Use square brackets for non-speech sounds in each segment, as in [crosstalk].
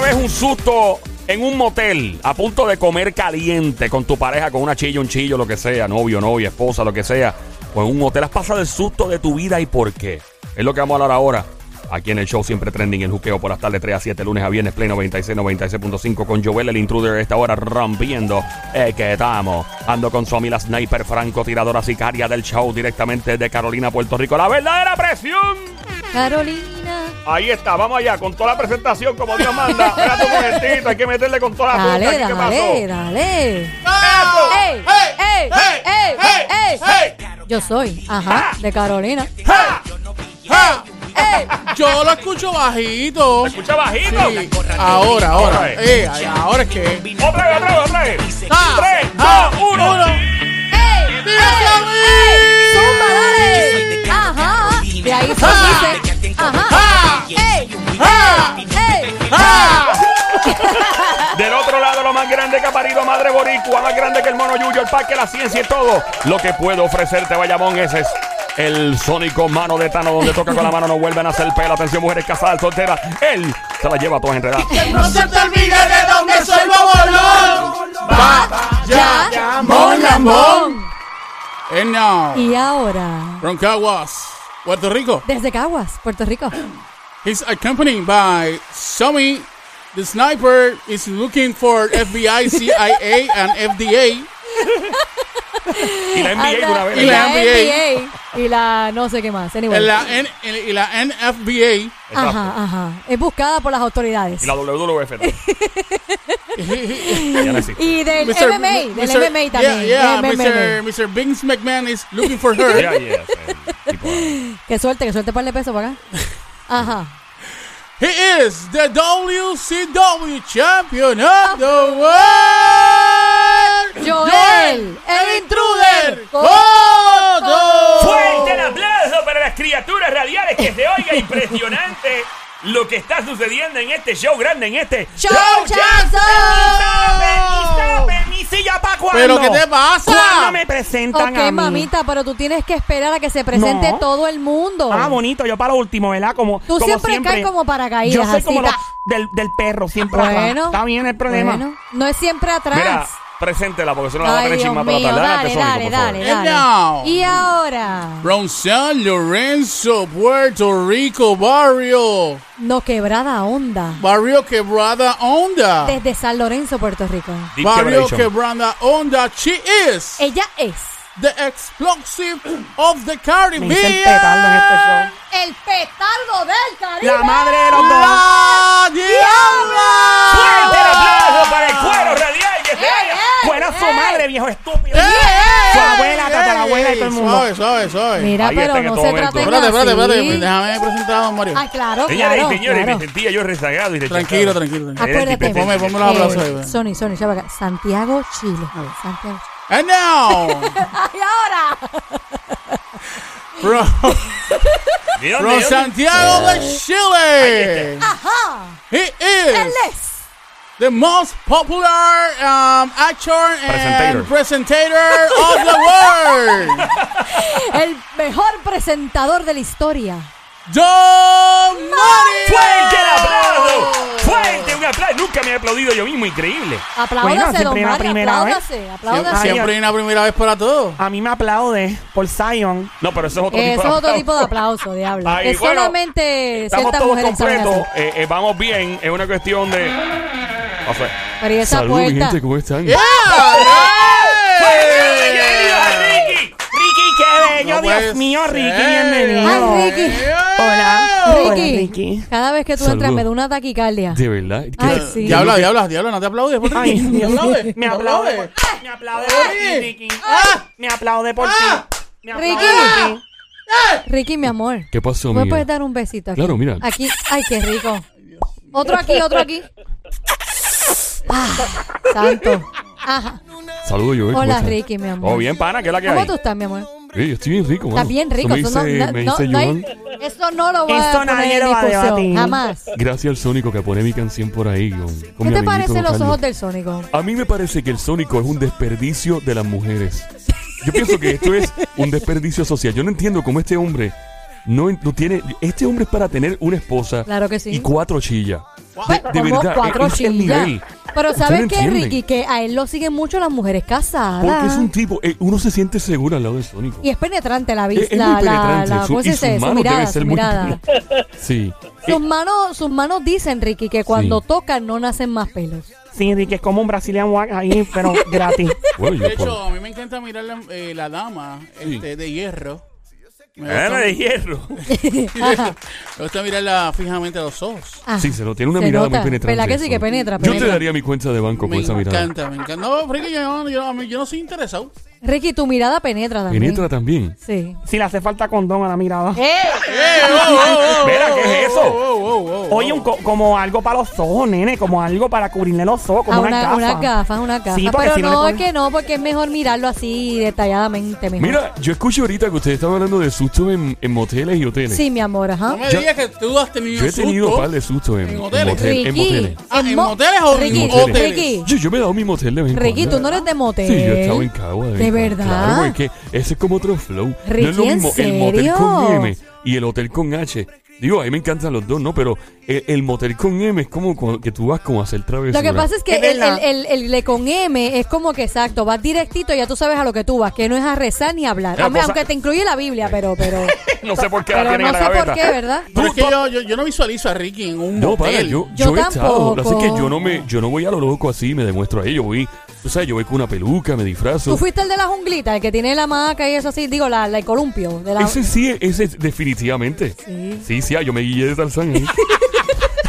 Este susto en un motel a punto de comer caliente con tu pareja, con una chilla, un chillo, lo que sea, novio, novia, esposa, lo que sea, o en un motel, has pasado el susto de tu vida y por qué. Es lo que vamos a hablar ahora. Aquí en el show siempre trending el juqueo por las tardes 3 a 7, lunes a viernes, play 96, 96.5 con Joel el intruder a esta hora rompiendo. Eh, que estamos. Ando con Somi la sniper francotiradora sicaria del show directamente de Carolina, Puerto Rico. La verdadera presión. Carolina. Ahí está, vamos allá, con toda la presentación como [laughs] Dios manda. Espera tu momentito, hay que meterle con toda la dale, punta. Dale, Ah, ¿Qué dale, dale. pasó? ¡Ey! ¡Ey! ¡Ey! ¡Ey! Yo soy, ajá, de Carolina. ¡Ja! ¡Ja! ¡Ey! Yo lo escucho bajito. Escucha bajito. Sí, Ahora, ahora. Alright. Eh, ahora es que. Otra vez, otra vez, otra vez. Ah, Tres, ah, dos, uno. ¡Ey! ¡Dígase a mí! ¡Zumba, dale! ¡Ajá! De ahí se dice. ¡Ajá! ¡Ey! ¡Ey! ¡Ah! Del otro lado, lo más grande que ha parido Madre Boricua, más grande que el Mono Yuyo, el Parque, la Ciencia y todo. Lo que puedo ofrecerte, Bayamón, ese es el sónico mano de Tano, donde toca con la mano, no vuelven a hacer pelo. Atención, mujeres casadas, solteras. Él se la lleva a todas enredadas. No se te olvide de dónde soy, bobolón. Va, ya, ya, mon, lambón. And now, Y ahora, from Caguas, Puerto Rico, desde Caguas, Puerto Rico. he's accompanied by Somi. The sniper is looking for FBI, CIA, and FDA. Y la envié de una Anda, vez. Y Y la la NBA. Y la no sé qué más. Anyway. En la, N- en la NFBA, Exacto. Ajá, ajá. Es buscada por las autoridades. Y la WWF. [laughs] ¿no? ya no existe. Y del Mr. MMA, del Mr. MMA también. Yeah, yeah, MMA. Mr. Mr. Vince McMahon is looking for [laughs] her. Yeah, yeah, sí, eh, tipo, eh. Que suelte, que suelte par de pesos [laughs] para acá. Ajá. He is the WCW champion of the world. Joel, el intruder. Cotto. Fuerte Oh. el aplauso para las criaturas radiales que se oiga impresionante lo que está sucediendo en este show grande, en este ¡Show ¡Permiso, permiso! ¿Y ya pa' cuándo? ¿Pero qué te pasa? ¿Cuándo me presentan a Ok, mí? mamita, pero tú tienes que esperar a que se presente No. todo el mundo. Ah, bonito, yo para lo último, ¿verdad? Como, Tú como siempre siempre, caes como paracaídas, Yo soy así, como los [laughs] ta- del, del perro, siempre atrás. bueno. Está bien el problema. bueno, no es siempre atrás. Mira, preséntela porque si no la va a Ay, tener Dios chisma para mío, la tarde. dale, Sónico, dale, por favor. dale, And dale. now. Y ahora, From San Lorenzo, Puerto Rico, barrio. no quebrada onda. Barrio Quebrada Onda. Desde San Lorenzo, Puerto Rico. Deep Barrio Quebration. Quebrada Onda. She is Ella es the explosive of the Caribbean. el petardo del Caribe. La madre de los dos. ¡La ¡Fuerte el Diabla! aplauso para el cuero radial que se ¡Eh, haya! eh, ¡Fuera su eh! madre, viejo estúpido! ¡Eh, eh, Su eh, abuela, eh, tatarabuela y todo el mundo. Suave, suave, suave. Mira, Ahí pero está en no este se momento. traten espérate, espérate, así. espérate. Déjame presentar a don Mario. Ah, claro, Señores claro, y señores, claro. me sentía yo rezagado y rechazado. Tranquilo, tranquilo, tranquilo. Acuérdate. Ponme, ponme los aplausos ahí. Eh, ven. Sony, Sony, ya va acá. Santiago, Chile. Santiago, Chile. And now, ¡Ay, ahora! from, ¿De dónde, de from dónde? Santiago de Chile, ¡Ajá! he ¡Él is es! the most popular um, actor and Presentator. presentator of the world, El mejor presentador de la historia. Don ¡Fuerte el Mario. aplauso! ¡Fuerte un aplauso! Nunca me he aplaudido yo mismo, increíble. Aplaudase, siempre don era Mario, primera vez. aplaudase, Siempre, aplaudase. siempre hay una primera vez para todo. A mí me aplaude por Zion. No, pero Eh, eso es otro Eso es tipo de otro aplauso. tipo de aplauso, diablo. Ay, es bueno, solamente Estamos ciertas todos mujeres saben completos, hacer. eh, eh, vamos bien, es una cuestión de... O sea, Pero ¿y esa puerta. ¿cómo están? Yeah, ¡Fuerte, yeah. bienvenido a Ricky! Ricky, qué bello, No Dios puede mío, Ricky, ser. bienvenido. Ay, Ricky. Yeah. Hola. Hola, Ricky, Ricky. cada vez que tú entras Saludos. me da una taquicardia. De verdad. Ay, sí. Diabla, diabla, diabla, no te aplaudes. ¿por qué? Ay, ¿Me Dios mío. aplaudes? Me ¿Me aplaude. aplaudes? por- Me aplaude por ti, Ricky. Ricky. ¡Ah! Me aplaude por ¡Ah! ti. Me aplaude Ricky. por ti. Ricky, mi amor. ¿Qué pasó, ¿Me amigo? puedes dar un besito aquí? Claro, mira. Aquí. Ay, qué rico. Otro aquí, otro aquí. Ah, santo. Ajá. Saludos, yo. Hola, Ricky, mi amor. Oh, bien, pana, ¿qué es la que ¿Cómo hay? tú estás, mi amor? Sí, yo estoy bien rico, mano. Estás bien rico. Eso Tú Me dice, no, me no- dice no hay- Joan. esto no lo voy a Esto poner nadie en lo va a discusión. debatir. Jamás. Gracias al Sónico que pone mi canción por ahí. Con, con mi ¿Qué te amiguito parecen los Carlos. ojos del Sónico? A mí me parece que el Sónico es un desperdicio de las mujeres. Yo pienso que esto es un desperdicio social. Yo no entiendo cómo este hombre no, no tiene. Este hombre es para tener una esposa Claro que sí. y cuatro chillas. Pues, de como verdad, cuatro es el chillas. nivel. Pero Ustedes ¿sabes no qué, entienden. Ricky? Que a él lo siguen mucho las mujeres casadas. Porque es un tipo. eh, uno se siente seguro al lado del Sónico. Y es penetrante la Es- vista, es muy la, la, penetrante, la, su- ¿cómo se y sus dice? Su manos mirada, deben ser su [laughs] muy mirada. Sí. Sus manos, sus manos dicen, Ricky, que cuando tocan no nacen más pelos. Sí, Ricky, es como un Brazilian Wax ahí, pero gratis. Bueno, yo De por- hecho, a mí me encanta mirar la, eh, la dama Sí. este, de hierro. Me Ah, gusta, de hierro. me gusta mirarla fijamente a los ojos. Ah, Sí, se lo tiene una se mirada nota. muy penetrante. ¿Verdad que sí eso. que penetra? Yo te penetra? daría mi cuenta de banco Me con esa mirada. encanta, me encanta. No, porque yo, no- yo, a mí- yo no soy interesado. Ricky, tu mirada penetra también. Penetra también. Sí. Si le hace falta condón a la mirada. Eh. Mira, ¿qué es eso? Oh, oh, oh. Oye, un co- como algo para los ojos, nene. Como algo para cubrirle los ojos. Como Ah, una, una, gafa. unas gafas, unas gafas. Sí, porque Pero si no no, le es ponen- que no, porque es mejor mirarlo así detalladamente. Mejor. Mira, yo escucho ahorita que ustedes estaban hablando de sustos en, en moteles y hoteles. Sí, mi amor, ajá. No me Yo- digas que tú has tenido Yo he tenido un susto. par de sustos en, En en hoteles. motel- en Ricky, moteles. Ah, ¿en mo- moteles o en Ricky, hoteles? Ricky, Yo, yo me he dado mi motel de vez en Ricky, cuando. tú no eres de motel. Sí, yo he estado en Cagua. vez ¿De en cuando. verdad? Claro, porque ese es como otro flow. no es lo Ricky, ¿en mismo el motel serio? con M y el hotel con H. Digo, a mí me encantan los dos, ¿no? Pero el, el motel con M es como cuando- que tú vas como a hacer Lo travesura. que pasa es que Es el, verdad. el, el, el de con M es como que exacto, vas directito y ya tú sabes a lo que tú vas, que no es a rezar ni a hablar. Pero Aunque- cosa- Aunque te incluye la Biblia, pero, pero, pues, ah. [laughs] No sé por qué la pero tienen no en la sé gaveta. por qué, ¿verdad? Pero es que yo, yo, yo no visualizo a Ricky en un No, hotel. para, yo, Yo yo, he estado. Lo que pasa es que tampoco. yo no, me, yo no voy a lo loco así, me demuestro ahí. Yo voy, tú sabes, yo voy con una peluca, me disfrazo. Tú fuiste el de la junglita, el que tiene la maca y eso así, digo, la, la el columpio. De la... Ese sí, ese es definitivamente. Sí. Sí, sí, ah, yo me guillé de Tarzán. ¿eh?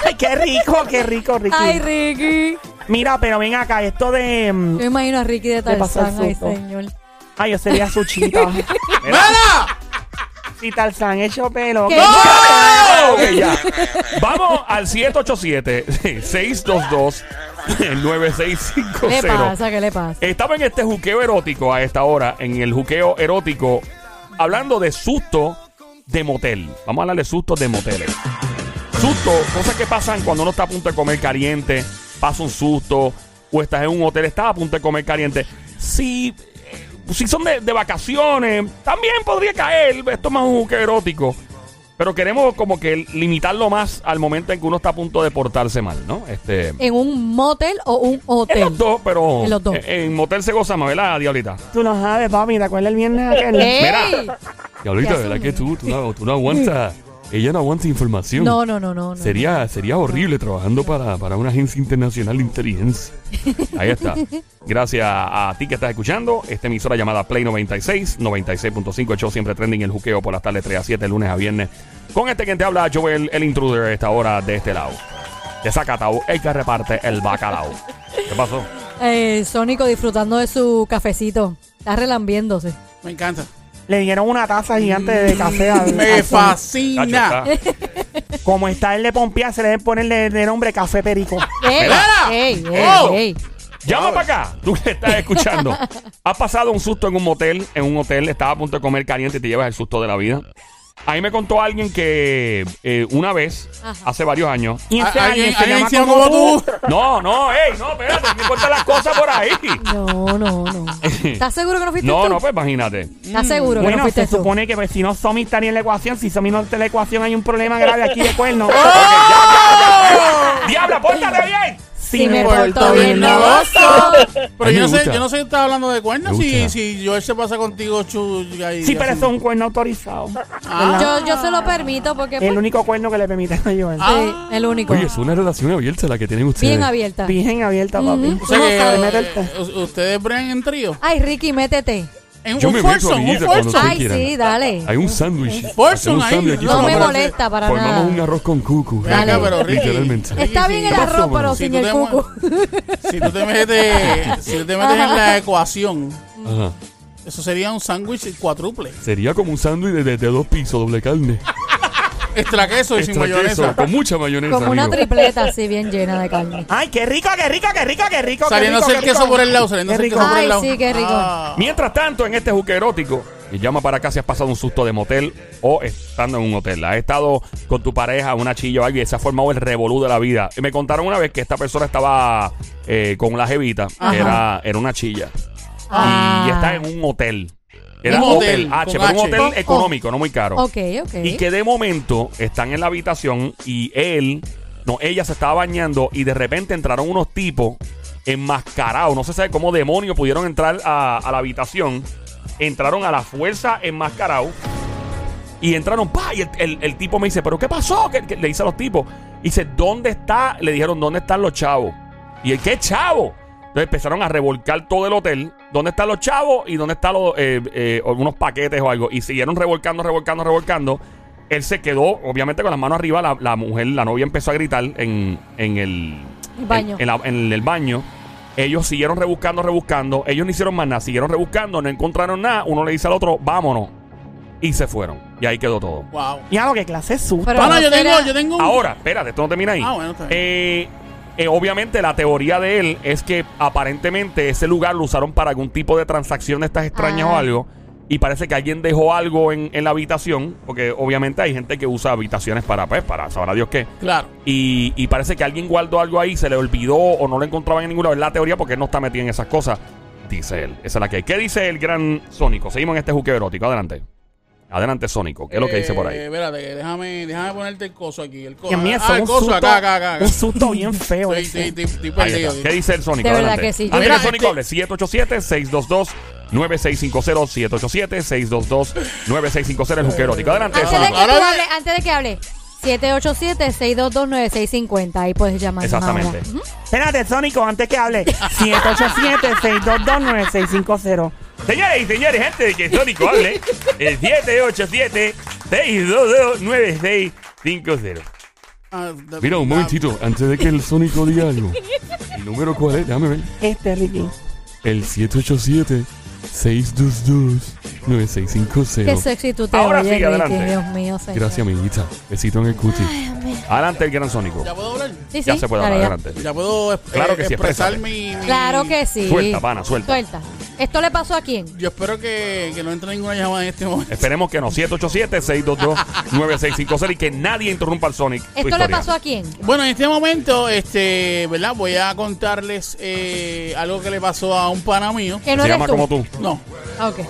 Ay, qué rico, qué rico, Ricky. Ay, Ricky. Mira, pero ven acá, esto de. Yo mm, me imagino a Ricky de Te pasó el Tarzán, ay, susto. señor. Ay, yo sería su chita. [laughs] ¡Nada! si Tarzán hecho pelo. ¿Qué? Ah, ¡Oh! ok, ya. Vamos al [laughs] 787-622-9650. ¿Qué le pasa? ¿Qué le pasa? Estaba en este juqueo erótico a esta hora, en el juqueo erótico, hablando de susto de motel. Vamos a hablar de susto de moteles. Susto, cosas que pasan cuando uno está a punto de comer caliente, pasa un susto, o estás en un hotel, estás a punto de comer caliente. Si, eh, si son de, de vacaciones, también podría caer, esto es más un juqueo erótico. Pero queremos como que limitarlo más al momento en que uno está a punto de portarse mal, ¿no? Este, ¿En un motel o un en hotel? los dos, pero En Eh, los dos. en motel se goza más, ¿verdad, Diablita? Tú no sabes, papi, ¿te acuerdas el viernes aquel? ¡Ey! Mira. Diablita, ¿Qué de verdad hacen? que tú, tú, no, tú no aguantas. Ella no aguanta información. No, no, no, no. no. Sería, sería horrible trabajando para, para una agencia internacional de inteligencia. Ahí está. Gracias a ti que estás escuchando. Esta emisora llamada Play 96, 96.5, el show siempre trending, el juqueo por las tardes 3 a 7, lunes a viernes. Con este que te habla Joel, el intruder, a esta hora de este lado. De Zacatau, el que reparte el bacalao. ¿Qué pasó? Eh, Sónico disfrutando de su cafecito. Está relambiéndose. Me encanta. Le dieron una taza gigante de [laughs] café al. Me al- Cacho, fascina. está. Como está el de Pompía, se le debe poner de, de nombre Café Perico. ¡Ey! Mira. ¡Ey! ¡Ey! Oh. ey! Llama para acá, tú que estás [laughs] escuchando. ¿Has pasado un susto en un motel? En un hotel, estabas a punto de comer caliente y te llevas el susto de la vida. Ahí me contó alguien que eh, una vez, Ajá. hace varios años. Y Ah, ese alguien- año se alguien llama hicieron como como tú. tú. No, no, ey, no, espérate, no importa las cosas por ahí. No, no, no. ¿Estás seguro que no fuiste No, tú? no, pues imagínate. ¿Estás seguro que no Bueno, fuiste se tú? supone que pues, si no Somi estaría en la ecuación, si Somi no está en la ecuación hay un problema grave aquí de cuerno. [laughs] Oh, ¡Diabla, pórtate bien! Si Si me porto portó bien, no A Pero mí yo me no, sé, gusta. yo no sé qué estás hablando de cuernos. Me Si, gusta. si Joel se pasa contigo, chu. y ahí- Sí, pero así. eso es un cuerno autorizado. Ah, Yo, yo se lo permito porque El único cuerno que le permiten a Joel. Sí, el único. Ah. Oye, es una relación abierta la que tienen ustedes. Bien abierta. Bien abierta, papi. Ujú. o sea no que, sabe eh, meterte. u- ustedes bregan en trío. Ay, Ricky, métete. En Yo un me meto a foursome, mi un vida cuando foursome. se Ay, quiera. sí, dale. Hay un sándwich. foursome Hacemos un ahí, sándwich. no Formamos- me molesta para Formamos nada. un arroz con cucu. Ven acá, pero Ricky. Literalmente. Está Sí, bien sí. el Más o arroz, menos. pero Si sin tú el te cuco. Si tú [laughs] te metes, si tú te metes en la ecuación, Ajá. eso sería un sándwich cuádruple. Sería como un sándwich de, de- de dos pisos, doble carne. Extra queso y sin Extra mayonesa. queso, con mucha mayonesa. Como una amigo. tripleta así bien llena de carne. Ay, qué rico, qué rico, qué rico, qué rico. qué Saliéndose rico, el qué rico. queso por el lado, saliéndose Qué el queso rico. por el Ay, lado. sí, qué rico. Ah. Mientras tanto, en este juque erótico, y llama para acá si has pasado un susto de motel o estando en un hotel. Has estado con tu pareja, una chilla o algo, y se ha formado el revolú de la vida. Y me contaron una vez que esta persona estaba eh, con la jevita, Ajá. era, era una chilla, Ah. y está en un hotel. Era Un un hotel, hotel, H, con pero un H. hotel económico, no muy caro. Ok, Y ok. que de momento están en la habitación y él, no, ella se estaba bañando y de repente entraron unos tipos enmascarados. No se sabe cómo demonios pudieron entrar a, a la habitación. Entraron a la fuerza enmascarados. Y entraron, pa, y el, el- el tipo me dice, ¿pero qué pasó? Que, que- le dice a los tipos. Y dice, ¿dónde está? Le dijeron, ¿dónde están los chavos? Y el, ¿qué chavo? Entonces empezaron a revolcar todo el hotel. ¿Dónde están los chavos? Y dónde están los, eh, eh, algunos paquetes o algo. Y siguieron revolcando, revolcando, revolcando. Él se quedó, obviamente, con las manos arriba. La, la mujer, la novia empezó a gritar en, en el El baño. En, en la- en el baño. Ellos siguieron rebuscando, rebuscando. Ellos no hicieron más nada. Siguieron rebuscando, no encontraron nada. Uno le dice al otro, vámonos. Y se fueron. Y ahí quedó todo. Wow. Ya lo que clase es susto. Pero Pana, no yo tengo, será- yo tengo un- Ahora, espérate, esto no termina ahí. Ah, bueno, está bien. Eh, eh, obviamente la teoría de él es que aparentemente ese lugar lo usaron para algún tipo de transacción de estas extrañas Ah. o algo. Y parece que alguien dejó algo en, en la habitación, porque obviamente hay gente que usa habitaciones para, pues, para sabrá Dios qué. Claro. Y, y parece que alguien guardó algo ahí, se le olvidó o no lo encontraban en ningún lado. Es la teoría porque él no está metido en esas cosas, dice él. Esa es la que hay. ¿Qué dice el gran Sónico? Seguimos en este juqueo erótico. Adelante. Adelante, Sónico. ¿Qué es lo que dice por Eh, ahí? Espérate, que déjame, déjame ponerte el coso aquí. El coso. Dios mío, eso ah, es el un coso susto. acá, acá, acá. acá. [laughs] Un susto bien feo. Estoy, ese. estoy, estoy, estoy Ahí perdido. está. ¿Qué dice el Sónico? De verdad Adelante. que sí. Ah, Yo- mira, este- Sónico, hable. 787-622-9650. 787-622-9650. El juqueo erótico. Adelante, Antes de que Sónico. tú Ahora- hable, antes de que hable, 787-622-9650. Ahí puedes llamar. Exactamente. Espérate, Sónico, antes [laughs] que hable. 787-622-9650. Señores y señores, antes de que Sónico [laughs] hable, Eh, el 787-622-9650. Ah, da- Mira, un da- momentito, antes de que el Sónico diga algo. ¿El número cuál es? Déjame ver. Este, Ricky. El 787-622-9650. Qué sexy tú te Ahora oyes, sí, Ricky, adelante. Dios mío, señor. Gracias, amiguita. Besito en el cuti. Adelante, el gran Sónico. ¿Ya puedo hablar? Sí, Ya sí, se puede dale, hablar, ya. adelante. Ya puedo es- Claro eh, que sí, expresar exprésate. mi, mi- Claro que sí. Suelta, pana, suelta. Suelta. ¿Esto le pasó a quién? Yo espero que, que no entre ninguna llamada en este momento. Esperemos que no. 787-622-9650 y que nadie interrumpa al Sonic. tu ¿Esto le historia. pasó a quién? Bueno, en este momento, este, ¿verdad? Voy a contarles eh, algo que le pasó a un pana mío. Eh. Que no Se eres llama tú. como tú. No, Ah, ok. eh,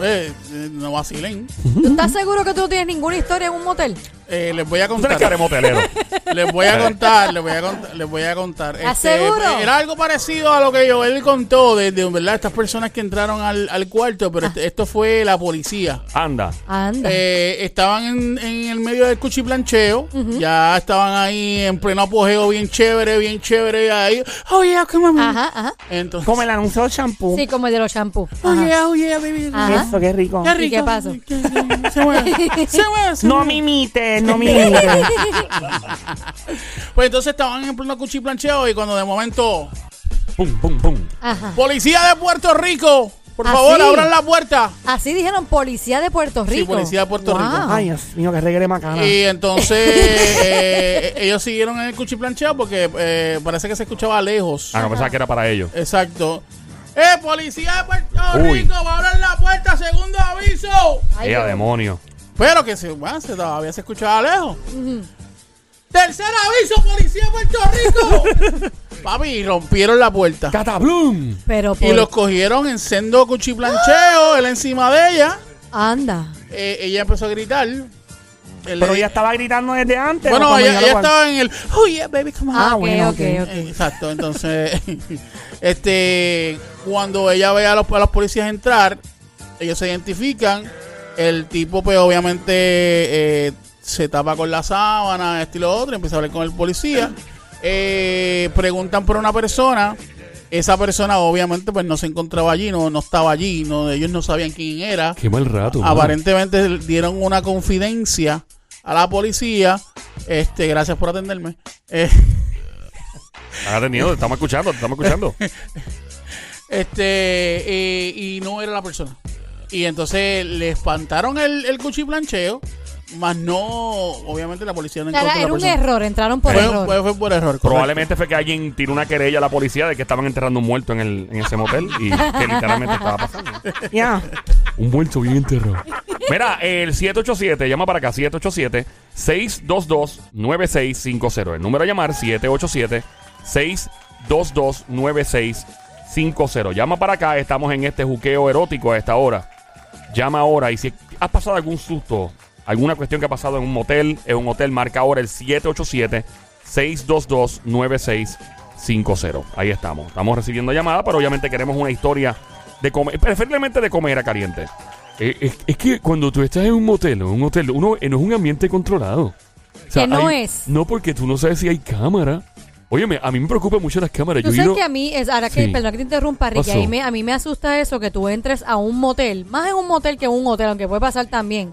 eh, no vacilen. ¿Tú estás seguro que tú no tienes ninguna historia en un motel? Eh, les voy a Tú tienes que contar. eres motelero. Les voy a contar, les voy a contar, les voy a contar. Este, pues, ¿Estás seguro? Era algo parecido a lo que yo, él contó de, de, verdad estas personas que entraron al, al cuarto, pero Ah. este- esto fue la policía. Anda. Anda. Eh, estaban en, en el medio del cuchiplancheo, ya estaban ahí en pleno apogeo, bien chévere, bien chévere, ahí. Oh yeah, come on. Ajá, ajá. Entonces, Como el anuncio del shampoo. Sí, como el de los shampoos. oh Ajá. yeah, oh yeah, baby. Ajá. Eso, qué rico. Qué ¿Y rico. qué pasó? [laughs] Se mueve, [laughs] se mueve, se No mueve. me imites, no me imites. Pues entonces estaban en pleno cuchiplancheo y cuando de momento Pum, pum, pum. Ajá. Policía de Puerto Rico, por ¿Ah, favor, sí? abran la puerta. Así dijeron policía de Puerto Sí, Rico. policía de Puerto Rico. Ay, Dios mío, que regre macana. Y entonces eh, ellos siguieron en el cuchiplancheo porque eh, parece que se escuchaba lejos. Ah, no, pensaba que era para ellos. Exacto. ¡Eh, policía de Puerto Uy. Rico! ¡Va a abrir la puerta! ¡Segundo aviso! Ay, Ella, Dios. demonio. Pero que se, bueno, se- todavía se escuchaba lejos. ¡Tercer aviso, policía de Puerto Rico! Papi, y rompieron la puerta. ¡Catablum! Pero Y por- los cogieron en sendo cuchiplancheo, él encima de ella. Anda. Eh, ella empezó a gritar. Él Pero le- ella estaba gritando desde antes. ¿o eh. bueno, cuando ella, ya lo ella guardó? estaba en el. Oh, yeah, baby, come on. Ah, ok, bueno, ok, ok. ok. Eh, Exacto, entonces. [laughs] este. Cuando ella ve a los, a los policías entrar, ellos se identifican. El tipo, pues obviamente, eh, se tapa con la sábana, esto y lo otro, empieza a hablar con el policía. Eh, preguntan por una persona. esa persona obviamente pues no se encontraba allí, no, no estaba allí, no, ellos no sabían quién era. Qué mal rato. mano. Aparentemente dieron una confidencia a la policía. Este, gracias por atenderme. Eh, Están atendiendo, te estamos escuchando, te estamos [laughs] escuchando. este, eh, y no era la persona. Y entonces le espantaron el, el cuchiplancheo, más no, obviamente la policía no O sea, encontró era, la un persona. error, entraron por fue, error. fue- fue por error. correcto. Probablemente fue que alguien tiró una querella a la policía de que estaban enterrando un muerto en, el, en ese motel y que literalmente estaba pasando. Ya. Un muerto bien enterrado. Mira, el 787, llama para acá, 787-622-9650. El número a llamar, 787-622-9650. Llama para acá, estamos en este juqueo erótico a esta hora. Llama ahora y si has pasado algún susto, alguna cuestión que ha pasado en un motel, en un hotel, marca ahora el 787-622-9650. Ahí estamos. Estamos recibiendo llamadas, pero obviamente queremos una historia de comer, preferiblemente de comer a caliente. Eh, es, es que cuando tú estás en un motel o en un hotel, uno eh, no es un ambiente controlado. O Que no hay- es. No, porque tú no sabes si hay cámara. Óyeme, a mí me preocupan mucho las cámaras. Tú Yo he sabes ido- que a mí, es, ahora que, Sí. perdón que te interrumpa, Ricky, Pasó. ahí me- a mí me asusta eso, que tú entres a un motel, más en un motel que en un hotel, aunque puede pasar también,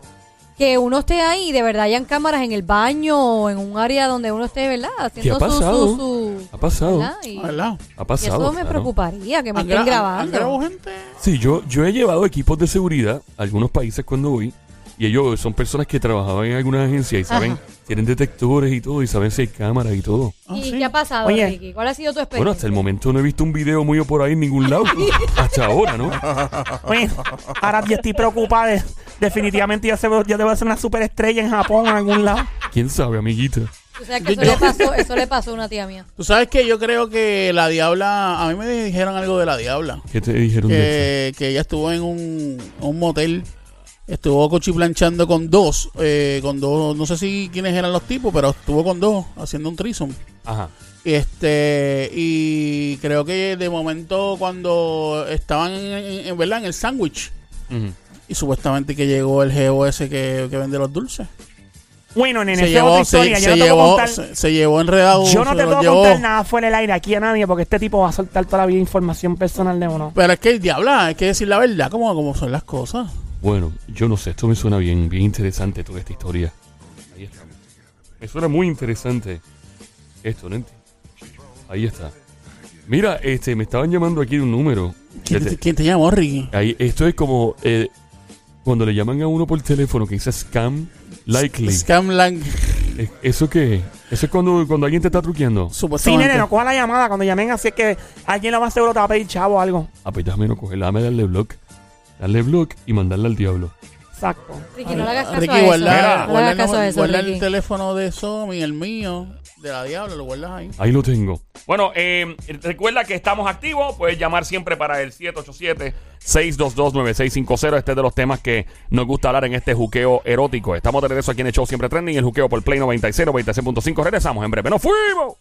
que uno esté ahí y de verdad hayan cámaras en el baño o en un área donde uno esté, ¿verdad? ¿Qué ha Haciendo su, pasado? su, su- ha pasado. ¿verdad? Y, ¿Verdad? Ha y pasado. eso me claro. preocuparía, que me ¿Han gra- estén han- han grabado grabando. gente? Sí, yo, yo he llevado equipos de seguridad a algunos países cuando voy. Y ellos son personas que trabajaban en alguna agencia y saben, Ajá. tienen detectores y todo, y saben si hay cámaras y todo. Ah, ¿Y sí. qué ha pasado, Oye. Ricky? ¿Cuál ha sido tu experiencia? Bueno, hasta el momento no he visto un video mío por ahí en ningún lado. hasta ahora, ¿no? Oye, ahora yo estoy preocupada. de- definitivamente yo, se, yo debo ser una superestrella en Japón o en algún lado. ¿Quién sabe, amiguita? Tú sabes que eso le pasó, eso le pasó a una tía mía. Tú sabes que yo creo que la diabla, a mí me dijeron algo de la diabla. ¿Qué te dijeron de eso? que, que ella estuvo en un, un motel, estuvo cochiplanchando con dos, eh, con dos, no sé si quiénes eran los tipos, pero estuvo con dos haciendo un trisom. Ajá. Este, y creo que de momento cuando estaban en, en- en- ¿verdad? en el sándwich, Ujú. y supuestamente que llegó el geo ese que, que vende los dulces. Bueno, nene, Se esa es otra llevó, se, historia. se yo no te puedo llevó, contar. se, se llevó enredado. yo se no te los puedo llevó. contar nada fuera del aire aquí a nadie porque este tipo va a soltar toda la vida información personal de uno. Pero es que el diabla, hay que decir la verdad, como, como son las cosas. Bueno, yo no sé, esto me suena bien, bien interesante toda esta historia. Ahí está. Me suena muy interesante esto, ¿no? enti- Ahí está. Mira, este, me estaban llamando aquí de un número. Este, ¿Quién Este te, Desde- quién te llamó, Ricky? ahí- esto es como eh, cuando le llaman a uno por teléfono que dice scam likely. Scamland, Eh, ¿Eso qué? es? Eso es cuando, cuando alguien te está truqueando. Sí, supuestamente. nene, no coja la llamada cuando llamen, así es que alguien lo va a seguro te va a pedir chavo o algo. Ah, pues déjame no cogerla, dame darle block. Darle block y mandarle al diablo. Exacto. Ricky, no le hagas caso Ricky, a eso. guarda, Mira. no le guarda hagas el caso número- a eso, guarda el Ricky. teléfono de Somi, el mío, de la diabla, lo guardas ahí. Ahí lo tengo. Bueno, eh, recuerda que estamos activos. Puedes llamar siempre para el 787-622-9650. Este es de los temas que nos gusta hablar en este juqueo erótico. Estamos de regreso aquí en el show Siempre Trending. El juqueo por Play 96, 96.5. Regresamos en breve. ¡Nos fuimos!